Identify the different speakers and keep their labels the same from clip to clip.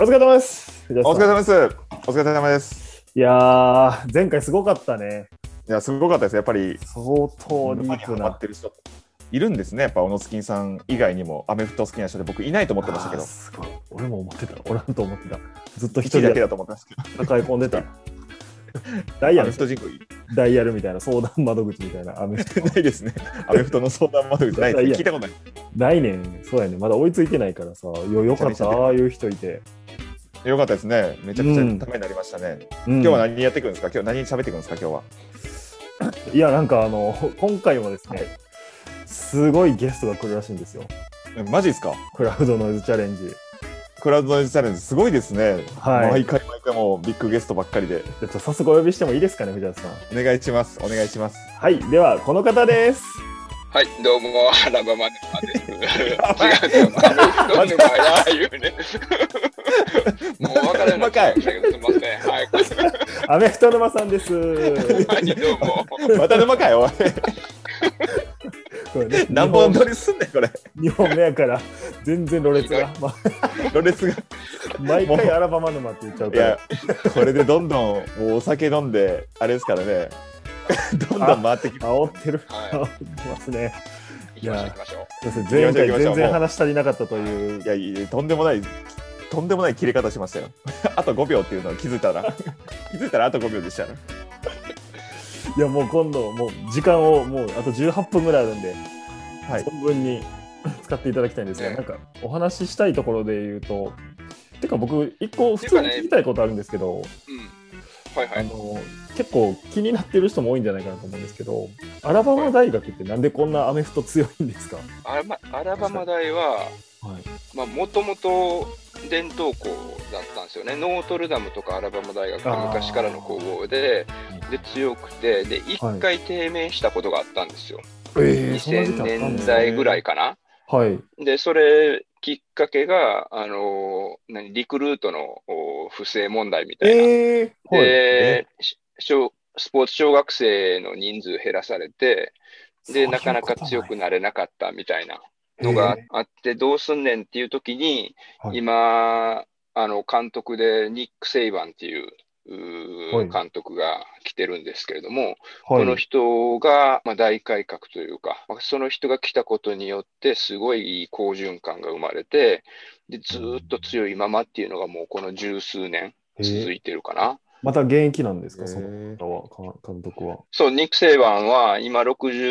Speaker 1: お疲れ様です。藤田さん
Speaker 2: お疲れ様です。お疲れ様です。
Speaker 1: いやー、前回すごかったね。
Speaker 2: いや、すごかったです。やっぱり、
Speaker 1: 相当ディ
Speaker 2: 沼に
Speaker 1: ープ
Speaker 2: ハマ
Speaker 1: な
Speaker 2: っ。てる人。いるんですね。やっぱ、小野月さん以外にも、アメフト好きな人で、僕いないと思ってましたけ
Speaker 1: あー
Speaker 2: ど。
Speaker 1: すごい。俺も思ってた。俺もと思ってた。ずっと一
Speaker 2: 一
Speaker 1: 人
Speaker 2: 人だけ
Speaker 1: で
Speaker 2: だと思ってましたけ
Speaker 1: 抱え込んでた。 ダイヤ
Speaker 2: ど。アメ
Speaker 1: ル
Speaker 2: フ、ト人口い
Speaker 1: ダイヤルみたいな相談窓口みたいな。アメフト
Speaker 2: ないですね。アメフトの相談窓口ない
Speaker 1: い
Speaker 2: ですね。
Speaker 1: やいや
Speaker 2: 聞いたことない。
Speaker 1: ないねん。そうやねん。まだ追いついてないからさ。よ、よかっ
Speaker 2: めちゃ
Speaker 1: た。
Speaker 2: めちゃ
Speaker 1: ああいう人いて。
Speaker 2: よかったですね。めちゃくち
Speaker 1: うん
Speaker 2: ゃためになりましたね。
Speaker 1: 今
Speaker 2: 今日は何やっていくんですか。今日何喋っていくんですか。今日は。
Speaker 1: いや、なんかあの、今回もですね、すごいゲストが来るらしいんですよ。
Speaker 2: えマジですか。
Speaker 1: クラウドノイズチャレンジ。
Speaker 2: クラウドノイズチャレンジ、すごいですね。
Speaker 1: はい
Speaker 2: 毎回毎回もうビッグゲストばっかりで。
Speaker 1: でちょっと早速お呼びしてもいいですかね、藤田さん。
Speaker 2: お願いします。お願いします。
Speaker 1: はい、では、この方です。
Speaker 3: はい、どうも、アラバマヌマです。違う違う、マ
Speaker 2: マ
Speaker 3: ヌマや言うね。もう分からなくなりましたけど、すみません。はい、こ
Speaker 1: アメフト沼さん です。
Speaker 3: んにちはどうも。
Speaker 2: また沼か よ。おい
Speaker 1: これね
Speaker 2: 何本撮りすんねん、これ。
Speaker 1: 日本目やから、全然ろれつが、ま
Speaker 2: ロレスが。
Speaker 1: 毎回アラバマ沼って言っちゃう
Speaker 2: い
Speaker 1: か
Speaker 2: や
Speaker 1: ら、、
Speaker 2: これでどんどんもうお酒飲んで、あれですからね、どんどん回ってきま
Speaker 1: 煽ってる。煽
Speaker 3: は
Speaker 1: ってますね。
Speaker 3: い、行きましょう、行きましょう。
Speaker 1: すいません前
Speaker 2: 行きましょう
Speaker 1: 回
Speaker 2: 行きまし
Speaker 1: 全
Speaker 2: ょう
Speaker 1: 然
Speaker 2: もう
Speaker 1: 話し足りなかったという
Speaker 2: す。い。やいや、とんでもない、とんでもない切れ方しましたよ。 あと5秒っていうのを気づいたら、 気づいたらあと5秒でしたね。
Speaker 1: いや、もう今度、もう時間をもうあと18分ぐらいあるんで、
Speaker 2: はい。
Speaker 1: 存分に 使っていただきたいんですが、
Speaker 3: ええ
Speaker 1: なんかお話ししたいところで言うと、てか僕、一個普通に聞きたいことあるんですけど、
Speaker 3: うん。はいは
Speaker 1: あ
Speaker 3: い。
Speaker 1: の結構気になってる人も多いんじゃないかなと思うんですけど、アラバマ大学ってなんでこんなアメフト強いんですか、
Speaker 3: アラバアラバマ大は、
Speaker 1: はい、
Speaker 3: まあ、もともと伝統校だったんですよね。ノートルダムとかアラバマ大学が昔からの校号で
Speaker 1: あ、ー
Speaker 3: で、強くて、で、一回低迷したことがあったんですよ。
Speaker 1: え
Speaker 3: 2000年代ぐらいかな。
Speaker 1: はい。
Speaker 3: で、それきっかけが、あのー何、リクルートのお不正問題みたいな。
Speaker 1: えー、はい。
Speaker 3: で、し小スポーツ小学生の人数減らされて、で、なかなか強くなれなかったみたいなのがあって、どうすんねんっていう時に、
Speaker 1: はい
Speaker 3: 今、あの、監督でニック・セイバンっていう、うー
Speaker 1: はい
Speaker 3: 監督が来てるんですけれども、
Speaker 1: はい、
Speaker 3: この人が、まあ、大改革というか、まあその人が来たことによって、すごいいい好循環が生まれて、でずーっと強いままっていうのが、もうこの十数年
Speaker 1: えー
Speaker 3: 続いてるかな。
Speaker 1: また現役なんです
Speaker 2: へ
Speaker 1: か、
Speaker 2: ー
Speaker 1: その方は、か監督は。
Speaker 3: そう、ニック・セイバンは今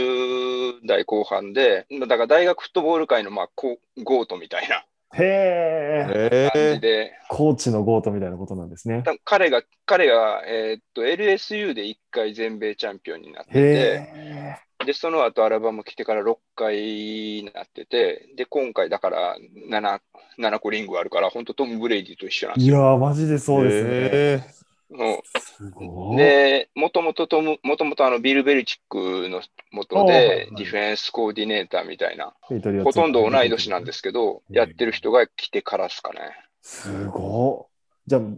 Speaker 3: 60代後半で、まあだから大学フットボール界のまあこうゴートみたいな
Speaker 1: へえ、
Speaker 2: え
Speaker 3: 感じ
Speaker 2: ー、
Speaker 3: で、
Speaker 1: コーチのゴートみたいなことなんですね
Speaker 3: 多。分彼が、彼が、えーっと、LSU で1回全米チャンピオンになってて、
Speaker 1: へ
Speaker 3: で、その後アラバマ来てから6回になってて、で、今回だから7、7個リングあるから、本当トム・ブレイディと一緒なん
Speaker 1: え。
Speaker 3: で
Speaker 1: いやー、マジでそうですね。
Speaker 2: え
Speaker 3: すよ。
Speaker 1: す
Speaker 3: う
Speaker 1: ご
Speaker 3: ん
Speaker 1: い。
Speaker 3: で、もともとトム、もともとあのビル・ベリチックの元
Speaker 1: ああはいは
Speaker 3: で
Speaker 1: い、
Speaker 3: ディフェンスコーディネーターみたいな、
Speaker 1: ペイトリオッツ
Speaker 3: ほとんど同い年なんですけど、
Speaker 1: うん
Speaker 3: やってる人が来てからっすかね。
Speaker 1: すごい。じゃあ、
Speaker 3: はい。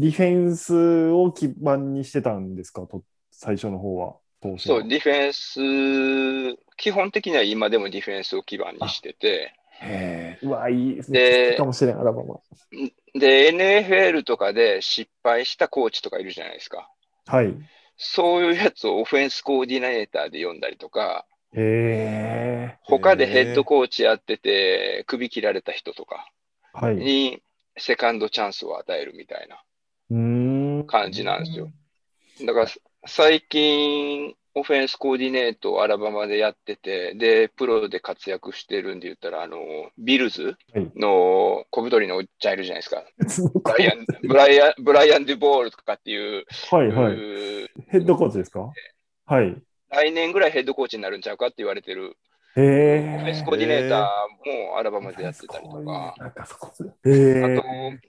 Speaker 1: ディフェンスを基盤にしてたんですか、と最初の方は。当初
Speaker 3: そう、
Speaker 1: は
Speaker 3: ディフェンス、基本的には今でもディフェンスを基盤にしてて、
Speaker 1: へえ。うわ、いいです
Speaker 3: で
Speaker 1: ね。かもしれん、アラバマ。
Speaker 3: で、NFL とかで失敗したコーチとかいるじゃないですか。
Speaker 1: はい。へ
Speaker 3: そういうやつをオフェンスコーディネーターで読んだりとか、
Speaker 1: え。
Speaker 3: 他でヘッドコーチやってて、首切られた人とか
Speaker 1: はい。う
Speaker 3: にセカンドチャンスを与えるみたいな
Speaker 1: ーん。
Speaker 3: 感じな んですよ。だから最近、オフェンスコーディネートをアラバマでやってて、で、プロで活躍してるんで言ったら、あの、ビルズの小太りのおっちゃんいるじゃないですか。
Speaker 1: 別の
Speaker 3: ブ
Speaker 1: コー
Speaker 3: ライアン、 ブライアン、ブライアン・デュボールとかっていう、
Speaker 1: チはいはい。ヘッドコーチですかはい。
Speaker 3: 来年ぐらいヘッドコーチになるんちゃうかって言われてる
Speaker 1: へ
Speaker 3: オフェンス
Speaker 1: え
Speaker 3: コ。ーディネーターもアラバマでやってたりとか、
Speaker 1: なんかそこ。へ
Speaker 3: あと
Speaker 1: え。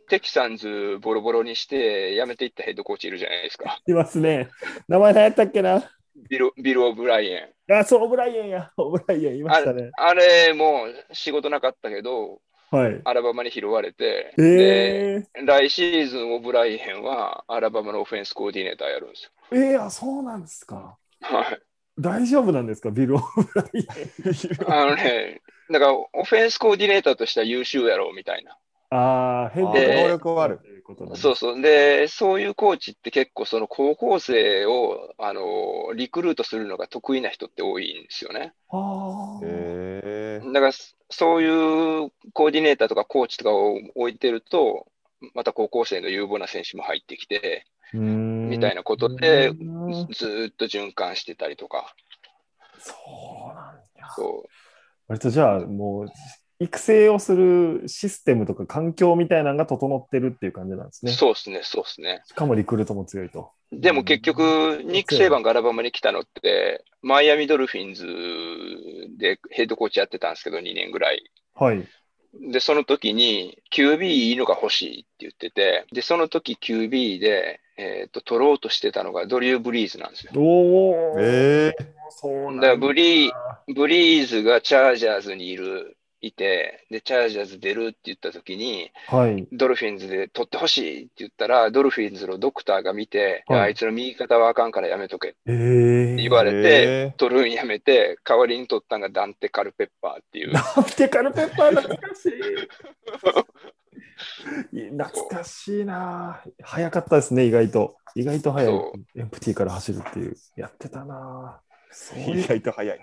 Speaker 3: テキサンズボロボロにして辞めていったヘッドコーチいるじゃないですか。
Speaker 1: いますね。名前何やったっけな
Speaker 3: ビル・ビルオブライエン。
Speaker 1: あ、そう、オブライエンや。オブライエンいましたね。
Speaker 3: あれも仕事なかったけど、
Speaker 1: はい。
Speaker 3: アラバマに拾われて、で、
Speaker 1: え
Speaker 3: 来シーズンオブライエンはアラバマのオフェンスコーディネーターやるんですよ。
Speaker 1: え。ええ、あ、そうなんですか。
Speaker 3: はい
Speaker 1: 大丈夫なんですか、ビル・オブライエン。
Speaker 3: あのね、だからオフェンスコーディネーターとしては優秀やろうみたいな。
Speaker 1: ああ、変な
Speaker 3: で能
Speaker 2: 力はある
Speaker 1: ということなんです
Speaker 3: そうそう。で、そういうコーチって結構その高校生を、あの、リクルートするのが得意な人って多いんですよね。
Speaker 1: はあ
Speaker 2: へえ
Speaker 3: だから、そういうコーディネーターとかコーチとかを置いてると、また高校生の有望な選手も入ってきて、み
Speaker 1: み
Speaker 3: たいなことで
Speaker 1: うーん
Speaker 3: ずーっと循環してたりとか、
Speaker 1: そうなんや。
Speaker 3: そ
Speaker 1: 割とじゃあ、もう、育成をするシステムとか環境みたいなのが整ってるっていう感じなんです
Speaker 3: う、
Speaker 1: ね。
Speaker 3: そうですね、そうですね。
Speaker 1: しかもリクルートも強いと。
Speaker 3: でも結局、ニック・セイバンがアラバマに来たのって、マイアミ・ドルフィンズでヘッドコーチやってたんですけど、2年ぐらい。
Speaker 1: はい。
Speaker 3: で、その時に QB いいのが欲しいって言ってて、で、その時 QB で、えっと取ろうとしてたのがドリュー・ブリーズなんですよ。
Speaker 1: おお、
Speaker 2: え
Speaker 1: そうなん
Speaker 3: だ
Speaker 1: や
Speaker 3: からブリーブリーズがチャージャーズにいる、いて、で、チャージャーズ出るって言った時に、
Speaker 1: はい。
Speaker 3: ドルフィンズで取ってほしいって言ったら、ドルフィンズのドクターが見て、いや
Speaker 1: はい
Speaker 3: あいつの右肩はあかんからやめとけって
Speaker 1: えー、
Speaker 3: 言われ
Speaker 2: へ
Speaker 3: て
Speaker 2: ー、
Speaker 3: 取るんやめて、代わりに取ったのがダンテ・カルペッパーっ ていう。
Speaker 1: ダンテカルペッパー懐かしい。いや 懐かしいなぁ。早かったですね、意外と。意外と早い
Speaker 3: そ。
Speaker 1: エンプティから走るっていう。やってたなぁそう
Speaker 2: ー、
Speaker 1: い
Speaker 2: 意
Speaker 1: う
Speaker 2: 外と早い。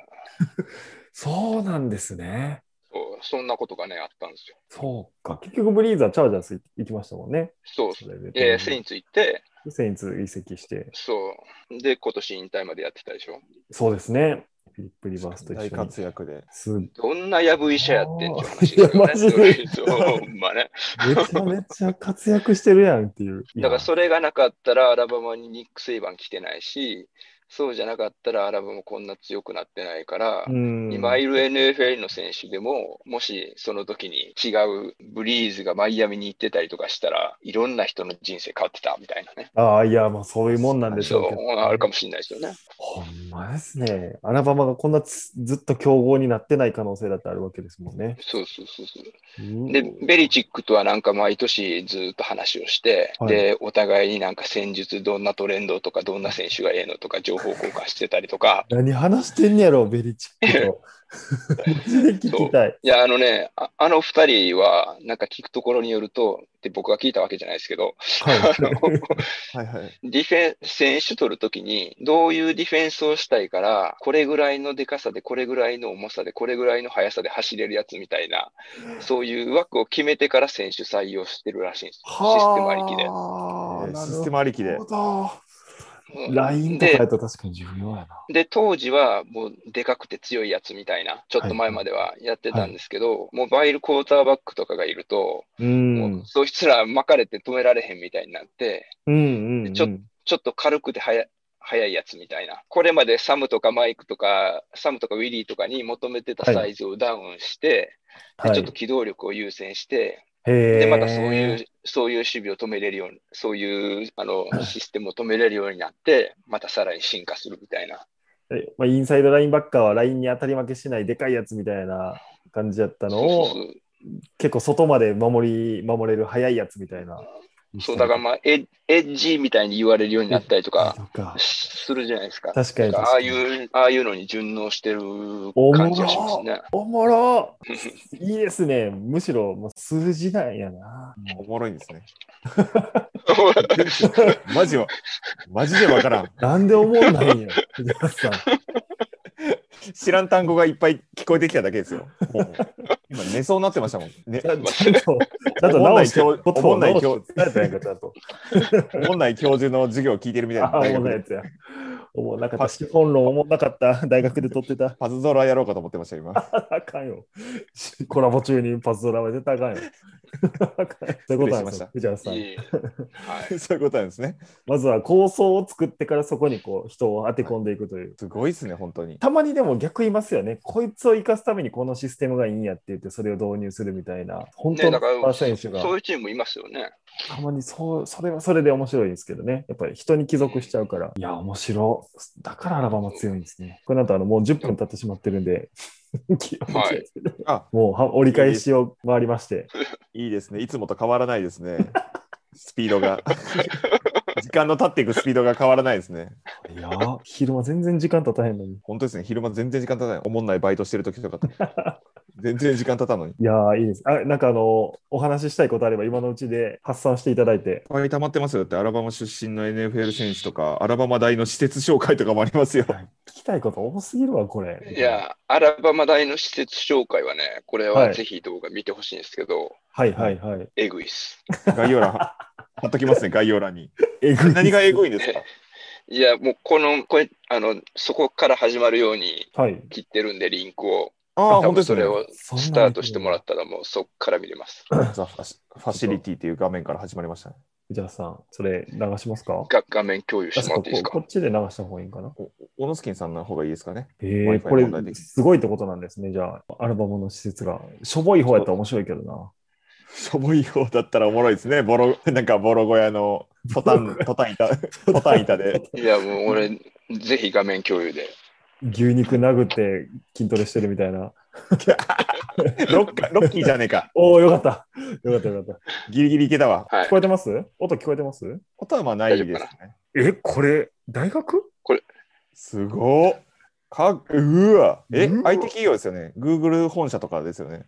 Speaker 1: そうなんですね。
Speaker 3: そうそんなことがね、あったんですよ。
Speaker 1: そうか。結局、ブリーザー、チャージャース行きましたもんね。
Speaker 3: そう
Speaker 1: それで
Speaker 3: えー、セインツ行って、
Speaker 1: セインツ移籍して。
Speaker 3: そう。で、今年引退までやってたでしょ。
Speaker 1: そうですね。フィリップ・リバースと一
Speaker 2: 大
Speaker 1: 緒に。
Speaker 2: 活躍で。
Speaker 1: すっ
Speaker 3: どんなやぶ医者やってんっていう話ですよね。
Speaker 1: あーいやマジで
Speaker 3: そう、ほんまね。
Speaker 1: めちゃめちゃ活躍してるやんっていう。
Speaker 3: だからそれがなかったらアラバマにニック・セイバン来てないし、そうじゃなかったらアラバマこんな強くなってないから、
Speaker 1: うん
Speaker 3: 今いる NFL の選手でも、もしその時に違うブリーズがマイアミに行ってたりとかしたら、いろんな人の人生変わってたみたいなね。
Speaker 1: ああ、いや、まあそういうもんなんでし
Speaker 3: そ
Speaker 1: ょ
Speaker 3: う
Speaker 1: うけど。、
Speaker 3: あるかもしれないですよね。
Speaker 1: ほんまですね。アラバマがこんなつずっと強豪になってない可能性だってあるわけですもんね。
Speaker 3: そうそうそうそ
Speaker 1: う
Speaker 3: う。
Speaker 1: ん
Speaker 3: で、ベリチックとはなんか毎年ずっと話をして、
Speaker 1: はい、
Speaker 3: で、お互いになんか戦術どんなトレンドとか、どんな選手がええのとか、情報交換してたりとか
Speaker 1: 何話してんねやろ、ベリチック と。マジで聞きたい。
Speaker 3: いや、あのね、ああの二人は、なんか聞くところによると、で僕が聞いたわけじゃないですけど、
Speaker 1: はい
Speaker 3: あの
Speaker 2: はいはい。
Speaker 3: ディフェン選手取るときに、どういうディフェンスをしたいから、これぐらいのでかさで、これぐらいの重さで、これぐらいの速さで走れるやつみたいな、そういう枠を決めてから選手採用してるらしいんです。システムありきで。
Speaker 1: はあ
Speaker 2: えーシステムありきで
Speaker 1: なる。ほ
Speaker 3: う
Speaker 1: ど。
Speaker 3: ん
Speaker 1: LINE とかやったら確かに重要やな。
Speaker 3: で、当時はもうでかくて強いやつみたいな、ちょっと前まではやってたんですけど、モバイルクォーターバックとかがいると、
Speaker 1: う。
Speaker 3: もうんそいつら巻かれて止められへんみたいになって、
Speaker 1: うんうん。
Speaker 3: ちょっとちょっと軽くて速い。速いやつみたいな。これまでサムとかマイクとか、サムとかウィリーとかに求めてたサイズをダウンして、で
Speaker 1: はい
Speaker 3: ちょっと機動力を優先して、
Speaker 1: へー
Speaker 3: で、またそういう、そういう守備を止めれるように、そういうあ のシステムを止めれるようになって、またさらに進化するみたいな。
Speaker 1: えまあ、インサイドラインバッカーはラインに当たり負けしないでかいやつみたいな感じやったのを
Speaker 3: そうそうそう
Speaker 1: 結構外まで守り守れる速いやつみたいな。
Speaker 3: そう、だからまあ、エエッジみたいに言われるようになったり とか
Speaker 1: そうか
Speaker 3: するじゃないですか。
Speaker 1: 確かに確かに
Speaker 3: ああいう、ああいうのに順応してる感じがしますね。
Speaker 1: おもろ いいですね。むしろもう数字なんやな。
Speaker 2: おもろいんですね。 マジは、マジでわからん。
Speaker 1: なんで思わないんや。藤原 さん。
Speaker 2: 知らん単語がいっぱい聞こえてきただけですよ。もう今寝そうになってましたもん。ね、
Speaker 1: ちゃんと、ちゃんと直してことを直して伝えたやんか、ちゃん と。
Speaker 2: おもんない教授の授業を聞いてるみたいな
Speaker 1: あ、お
Speaker 2: 大
Speaker 1: も
Speaker 2: 学
Speaker 1: んないや
Speaker 2: で。
Speaker 1: つや。おもんなかった。資本論おもんなかった。大学で取ってた。
Speaker 2: パズドラやろうかと思ってました、今。
Speaker 1: あかんよ。コラボ中にパズドラは絶対あかんよ。 あかんよそういうことなんですよ、藤原さん
Speaker 3: い。えいえはい
Speaker 2: そういうことなんですね。
Speaker 1: まずは構想を作ってからそこにこう人を当て込んでいくという。
Speaker 2: すごいですね、本当に。
Speaker 1: たまにでも逆いますよね。こいつを生かすためにこのシステムがいいんやって言ってそれを導入するみたいな。本当
Speaker 3: ね、
Speaker 1: の
Speaker 3: だ
Speaker 1: ス
Speaker 3: か
Speaker 1: ーパ
Speaker 3: ら
Speaker 1: ー選手が
Speaker 3: そういうチームもいますよね。
Speaker 1: たまにそう、それはそれで面白いんですけどね。やっぱり人に帰属しちゃうから。いや、面白い。だからアラバマ強いんですね。これなんとあのもう10分経ってしまってるんで、
Speaker 3: はい
Speaker 2: あ
Speaker 1: もうは折り返しを回りまして。
Speaker 2: いいですね。いつもと変わらないですね。スピードが。 時間の経っていくスピードが変わらないですね。
Speaker 1: いや、昼間全然時間経たへんのに。
Speaker 2: 本当ですね。昼間全然時間経たない。おもんないバイトしてる時とかと。全然時間経たのに。
Speaker 1: いやー、いいです。あ、なんかあの、お話ししたいことあれば、今のうちで発散していただいて
Speaker 2: いっ。ぱい溜まってますよだって、アラバマ出身の NFL 選手とか、アラバマ大の施設紹介とかもありますよ。
Speaker 1: 聞きたいこと多すぎるわ、これ。
Speaker 3: いや、アラバマ大の施設紹介はね、これ
Speaker 1: は
Speaker 3: はいぜひ動画見てほしいんですけど、
Speaker 1: はいはいはい。
Speaker 3: えぐいっす。
Speaker 2: 概要欄、貼っとき ますね、概要欄に。
Speaker 1: えぐい
Speaker 2: 何がエゴいんですか
Speaker 3: いや、もうこの、これ、あの、そこから始まるように
Speaker 1: はい。
Speaker 3: 切ってるんで、リンクを、
Speaker 2: ああ、本
Speaker 3: 多
Speaker 2: 当
Speaker 3: 分
Speaker 2: です
Speaker 3: そ
Speaker 2: ね
Speaker 3: れ。を
Speaker 1: そんな
Speaker 3: スタートしてもらったら、もうそこから見れます。
Speaker 2: ザファシファシリティっていう画面から始まりましたね。
Speaker 1: じゃあさん、それ流しますか
Speaker 3: が画面共有してもらっていいで す
Speaker 1: ここ
Speaker 3: か
Speaker 1: っちで流した方がいいかな。
Speaker 2: オノスキンさんの方がいいですかね。
Speaker 1: え
Speaker 2: Wi-Fi
Speaker 1: ー、こ
Speaker 2: 問題で
Speaker 1: れ、
Speaker 2: きる
Speaker 1: すごいってことなんですね。じゃあ、アルバムの施設が。しょぼい方やったら面白いけどな。
Speaker 2: しょぼい方だったらおもろいですね。ボロ、なんかボロ小屋のトタン、トタン板、トタン板で。
Speaker 3: いや、もう俺、ぜひ画面共有で。
Speaker 1: 牛肉殴って筋トレしてるみたいな。
Speaker 2: ロッカロッキーじゃねえか。
Speaker 1: おお、よかった。よかったよかっ
Speaker 2: ギリギリいけたわ。
Speaker 3: は
Speaker 1: た。聞
Speaker 3: い。
Speaker 1: こえてます音聞こえてます
Speaker 2: 音はまあないですね
Speaker 3: 大丈。
Speaker 1: え、これ、大学
Speaker 2: すごっかうわえ、
Speaker 1: うわ
Speaker 2: IT 企業ですよね。Google 本社とかですよね。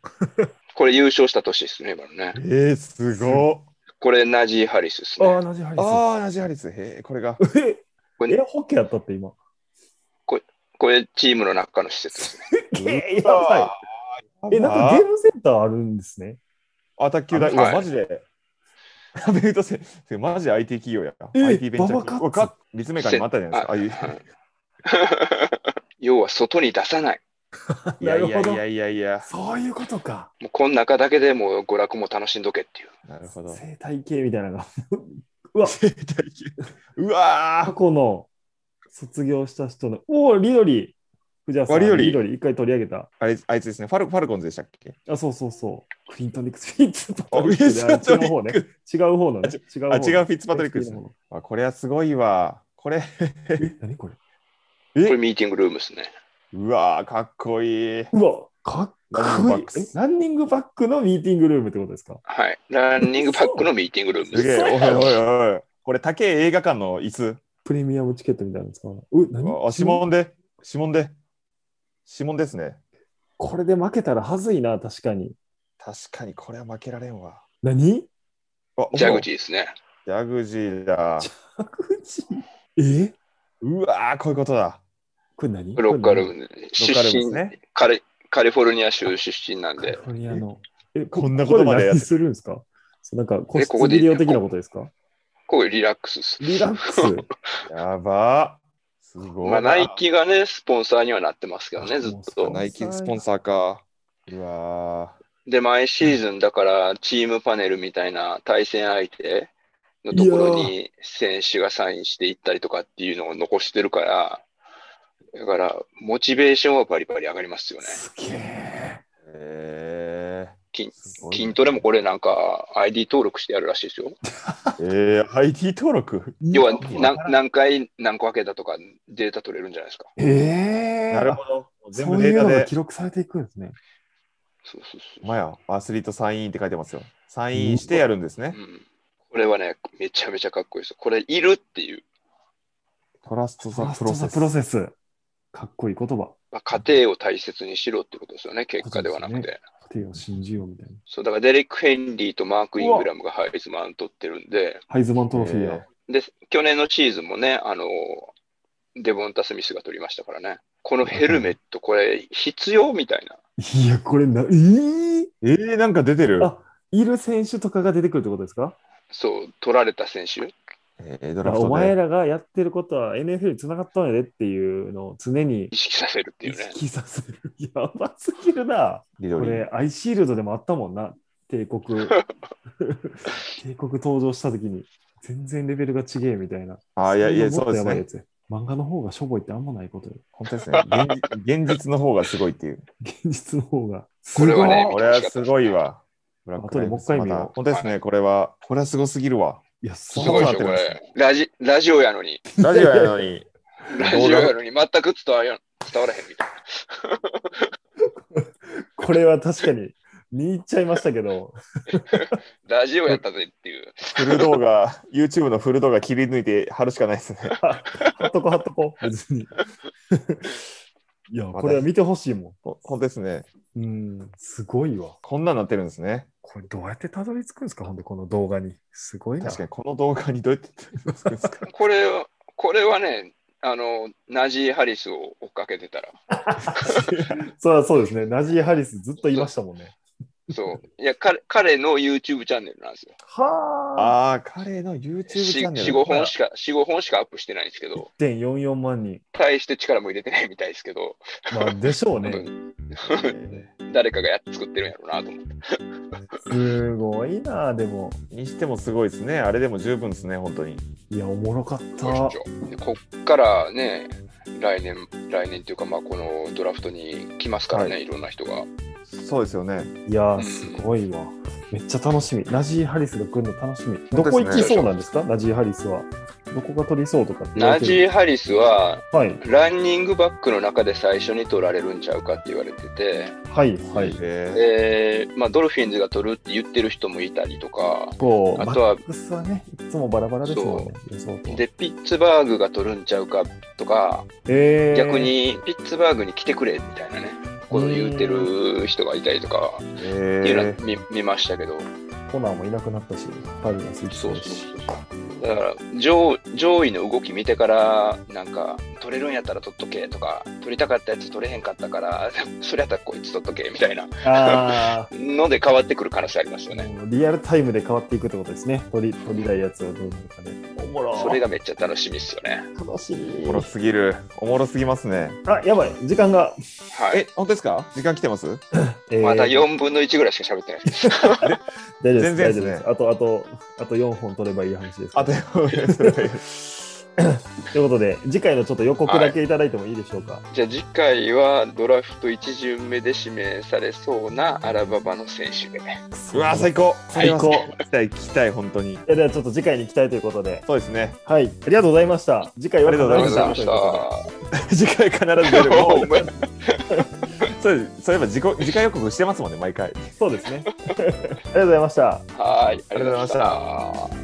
Speaker 3: これ優勝した年ですね、今のね
Speaker 2: え。ー、すごっ
Speaker 3: これ、ナジー・ハリスです
Speaker 1: ああ、
Speaker 3: ね。
Speaker 1: 同じ配信。
Speaker 2: ああ、ナジハリス。へえ、これが。
Speaker 1: え、
Speaker 3: こ
Speaker 1: エ
Speaker 3: れ
Speaker 1: アホッケーやったって今。
Speaker 3: これ、チームの中の施設ですね。
Speaker 1: え、やばい。え、なんかゲームセンターあるんですね。
Speaker 2: あ、卓球台、うわ、
Speaker 3: はい
Speaker 2: マジで。 ベルトセン、マジで IT 企業や。
Speaker 1: え
Speaker 2: IT ベンチャ
Speaker 1: バ
Speaker 2: ー
Speaker 1: バカッツ
Speaker 2: 企業。か立命館にもあったじゃないですか。ああいう
Speaker 3: 要は、外に出さない。
Speaker 2: いやい
Speaker 1: なる
Speaker 2: や
Speaker 1: ほ
Speaker 2: い
Speaker 1: ど
Speaker 2: やいやいや。
Speaker 1: そういうことか。
Speaker 3: もうこの中だけでもう娯楽も楽しんどけっていう。
Speaker 2: なるほど。
Speaker 1: 生態系みたいなのが。うわ、
Speaker 2: 生態系うわ
Speaker 1: 過去の卒業した人の。おお、リドリー。藤原さん、
Speaker 2: リドリー
Speaker 1: リドリー一回取り上げた。
Speaker 2: ーあれあいつですね。ファルファルコンズでしたっけ
Speaker 1: あ、そうそうそう。クリントン・ディックス・フィッツパ
Speaker 2: あ
Speaker 1: ト
Speaker 2: ウ
Speaker 1: リ
Speaker 2: ィ
Speaker 1: ック
Speaker 2: スカ
Speaker 1: ス。
Speaker 2: ト
Speaker 1: 違
Speaker 2: リ
Speaker 1: う方
Speaker 2: ッ
Speaker 1: ね。
Speaker 2: ク。
Speaker 1: 違う方のね。違う方
Speaker 2: あ、違う
Speaker 1: ね
Speaker 2: フィッツパトリックですね。
Speaker 1: ね。
Speaker 2: あ、これはすごいわ。これ、
Speaker 1: え、何これ
Speaker 3: これ
Speaker 2: え
Speaker 3: ミーティングルームですね。
Speaker 2: うわーかっこいい。
Speaker 1: うわ、かっ
Speaker 2: ランニング
Speaker 1: こ
Speaker 2: バ
Speaker 1: いい
Speaker 2: ック。ス
Speaker 1: えランニングバックのミーティングルームってことですか
Speaker 3: はい。ランニングバックのミーティングルーム
Speaker 2: すげ
Speaker 3: で
Speaker 2: え、
Speaker 3: す。
Speaker 2: おいおいおい。これ、高え映画館の椅子。
Speaker 1: プレミアムチケットみたいなの使うの。う、
Speaker 2: う
Speaker 1: 何
Speaker 2: わあ、指紋で、指紋で。指紋ですね。
Speaker 1: これで負けたらはずいな、確かに。
Speaker 2: 確かにこれは負けられんわ。
Speaker 1: 何
Speaker 2: あお風
Speaker 3: ジャ
Speaker 2: 呂
Speaker 3: グジーですね。
Speaker 2: ジャグジーだ。
Speaker 1: 白人え
Speaker 2: うわー、こういうことだ。
Speaker 1: これ何
Speaker 3: ロッカールー
Speaker 1: ム。
Speaker 3: ム。
Speaker 2: ロ
Speaker 3: 出
Speaker 2: カルーム
Speaker 3: 身、
Speaker 2: ですね
Speaker 3: カリカリフォルニア州出身なん
Speaker 1: カリ
Speaker 3: で、
Speaker 1: フォルニアの。え、
Speaker 2: こんなことまでやっ
Speaker 1: ここ何
Speaker 2: て
Speaker 1: するんですかそうなんか、個
Speaker 3: え
Speaker 1: 室
Speaker 3: ここで
Speaker 1: ビデオ的なことですか
Speaker 3: こういうリラックスです。
Speaker 1: リラックス。
Speaker 2: やばー。すごい。
Speaker 3: まあ、ナイキがね、スポンサーにはなってますけどね、ずっ
Speaker 1: そう
Speaker 3: と。
Speaker 2: ナイキスポンサーか。うわ
Speaker 3: で、毎シーズン、だから、チームパネルみたいな対戦相手のところに選手がサインしていったりとかっていうのを残してるから、だから、モチベーションはバリバリ上がりますよね。
Speaker 1: すげえ。
Speaker 2: ー。え
Speaker 3: 筋
Speaker 2: ー、すごいね
Speaker 3: 筋トレもこれなんか ID 登録してやるらしいですよ。
Speaker 2: えー、ID 登録
Speaker 3: 要は何
Speaker 1: な
Speaker 3: 何回何個開けたとかデータ取れるんじゃないですか。
Speaker 1: ええ
Speaker 2: なるほど。全
Speaker 1: そ
Speaker 2: 部
Speaker 1: う
Speaker 2: デ
Speaker 1: い
Speaker 2: ー
Speaker 1: う
Speaker 2: タ
Speaker 1: のが
Speaker 2: で。
Speaker 1: 記録されていくんですね。
Speaker 3: そうそうそう。
Speaker 2: まや、アスリートサインインって書いてますよ。サインインしてやるんですね
Speaker 3: う。ん、これはね、めちゃめちゃかっこいいですよ。これいるっていう、
Speaker 2: トラストザプロセ
Speaker 1: ザ
Speaker 2: ス。
Speaker 1: プロセス。かっこいい言葉。
Speaker 3: まあ、家庭を大切にしろってことですよね、結果ではな
Speaker 1: そ
Speaker 3: く
Speaker 1: うで
Speaker 3: て。
Speaker 1: 家庭を信じようみたいな。
Speaker 3: そうだからデレック・ヘンリーとマーク・イングラムがハイズマン取ってるんで、
Speaker 1: ハイズマントロフィーや。
Speaker 2: えー
Speaker 3: で去年のシーズンもね、あのデボンタ・スミスが取りましたからね。このヘルメット、これ必要みたいな。
Speaker 1: いや、これな、えー、
Speaker 2: えー、なんか出てる。
Speaker 1: あいる選手とかが出てくるってことですか
Speaker 3: そう、取られた選手。
Speaker 2: えー、ド
Speaker 1: だから
Speaker 2: ラフトで。
Speaker 1: お前らがやってることは NFL につながったんやでっていうのを常に
Speaker 3: 意識させるってい
Speaker 1: 意
Speaker 3: うね。
Speaker 1: 識させる。やばすぎるな。
Speaker 2: リ
Speaker 1: こ
Speaker 2: ドリー
Speaker 1: れ、アイシールドでもあったもんな。帝国。 帝国登場した時に、全然レベルが違えみたいな。
Speaker 2: あーいやいや、
Speaker 1: そ
Speaker 2: そ
Speaker 1: んなも
Speaker 2: う
Speaker 1: っとやばい
Speaker 2: ですね
Speaker 1: や。つや。漫画の方がしょぼいってあんまないことよ。
Speaker 2: 本当ですね。現実現実の方がすごいっていう。
Speaker 1: 現実の方が。
Speaker 3: これはね
Speaker 1: すごい
Speaker 2: これはすごいわ。ブラ
Speaker 1: 後でもう一回見よう
Speaker 2: また本当ですね、これは。これはすごすぎるわ。
Speaker 1: いや、
Speaker 3: す
Speaker 1: す
Speaker 3: ごいでしょ、これ。ラジラジオやのに。
Speaker 2: ラジオやのに。
Speaker 3: ラジオやのに全く伝わらん伝わらへんみたい
Speaker 1: これは確かに、見入っちゃいましたけど、
Speaker 3: な。ラジオやったぜっていう。
Speaker 2: フル動画、YouTube のフル動画切り抜いて貼るしかないですね。
Speaker 1: 貼っとこ貼っとこ、別に。いや、これは見てほしいも
Speaker 2: ほ本当ですね。
Speaker 1: ん。うん、すごいわ。
Speaker 2: こんなんなってるんですね。
Speaker 1: これどうやってたどり着くんですかほんで、この動画に。すごいな。
Speaker 2: 確かにこの動画にどうやって作るんですか
Speaker 3: これは、これはね、あの、ナジー・ハリスを追っかけてたら、
Speaker 1: それはそうですね。ナジー・ハリスずっといましたもんね。
Speaker 3: そう。いや、彼彼の YouTube チャンネルなんですよ。
Speaker 1: はあ。
Speaker 2: ああ、彼の YouTube チ
Speaker 3: し
Speaker 2: ャンネル。
Speaker 3: 4、5本しか、4、5本しかアップしてないんですけど、
Speaker 1: 1.44万人。
Speaker 3: 大して力も入れてないみたいですけど、
Speaker 1: まあ、でしょう
Speaker 3: 本 当
Speaker 1: ね。
Speaker 3: に
Speaker 2: え
Speaker 3: 誰かがやっ作ってるんやろうなと思って。
Speaker 1: すごいな、でも。
Speaker 2: ーにしてもすごいですね。あれでも十分ですね、本当に。
Speaker 1: いや、おもろかった。
Speaker 3: よいしょでこっからね、来年、来年というか、まあ、このドラフトに来ますからね、、
Speaker 2: はい
Speaker 3: ろんな人が。
Speaker 2: そうですよね。
Speaker 1: いやー、すごいわ。めっちゃ楽しみ。ナジー・ハリスが来るの楽しみ。どこ行きそうなんですかナジー・ハリスは。どこが取りそうとかって言われ
Speaker 3: ナ
Speaker 1: て
Speaker 3: ジー・
Speaker 1: る。
Speaker 3: ハリスは、
Speaker 1: はい。
Speaker 3: ランニングバックの中で最初に取られるんちゃうかって言われてて、
Speaker 1: はい。はい。
Speaker 2: え
Speaker 3: えーまあ、ドルフィンズが取るって言ってる人もいたりとか、
Speaker 1: こう、
Speaker 3: あとは
Speaker 1: マックスはね、いつもバラバラですもんね。予想と。
Speaker 3: で、ピッツバーグが取るんちゃうかとか、
Speaker 1: えー
Speaker 3: 逆。にピッツバーグに来てくれみたいなね、ことを言うてる人がいたりとか、
Speaker 2: ー
Speaker 3: っていうのは
Speaker 2: え
Speaker 3: 見見ましたけど、
Speaker 1: コナーもいなくなったし、パルがスイッチ
Speaker 3: そうそうそう。だから上上位の動き見てから、なんか、取れるんやったら取っとけとか、取りたかったやつ取れへんかったから、 それやったらこいつ取っとけみたいな
Speaker 1: あ
Speaker 3: ので変わってくる可能性ありますよ
Speaker 1: あ、
Speaker 3: ね。
Speaker 1: もうリアルタイムで変わっていくってことですね。取り取りたいやつはどうなるかね。おもろ
Speaker 3: それがめっちゃ楽しみっすよね。
Speaker 1: 楽し
Speaker 2: ー
Speaker 1: み
Speaker 2: おもろすぎる。おもろすぎますね。
Speaker 1: あ、やばい、時間が。
Speaker 3: はい。
Speaker 2: え、本当ですか時間来てます
Speaker 1: えー
Speaker 3: まだ4分の1ぐらいしか喋ってないです。
Speaker 1: 大丈夫です。
Speaker 2: 全然
Speaker 1: 大
Speaker 2: で
Speaker 1: 丈
Speaker 2: す
Speaker 1: 夫
Speaker 2: ね
Speaker 1: です。あと、あと、あと4本取ればいい話です。
Speaker 2: あと、
Speaker 1: ということで、次回のちょっと予告だけいただいてもいいでしょうか。
Speaker 3: じゃあ次回はドラフト1巡目で指名されそうなアラババの選手で。
Speaker 2: うわー、最高。
Speaker 1: 最高
Speaker 2: それは聞きたい、聞きたい、本当に。
Speaker 1: えではちょっと次回に行きたいということで、
Speaker 2: そうですね。
Speaker 1: はい、ありがとうございました。次回は
Speaker 2: ありがとう
Speaker 3: あり
Speaker 2: ご
Speaker 3: がとうご
Speaker 1: 必ず
Speaker 3: ざい
Speaker 1: 出
Speaker 3: ま
Speaker 1: ると
Speaker 3: し
Speaker 1: いう
Speaker 3: た。
Speaker 1: こ
Speaker 2: 次回必ず出 る。も
Speaker 3: ほんまや
Speaker 2: う そうですそういえば、自己次回予告してますもんね、毎回。
Speaker 1: とでそうですね。ありがとうございました。
Speaker 3: はい、ありがとうございました。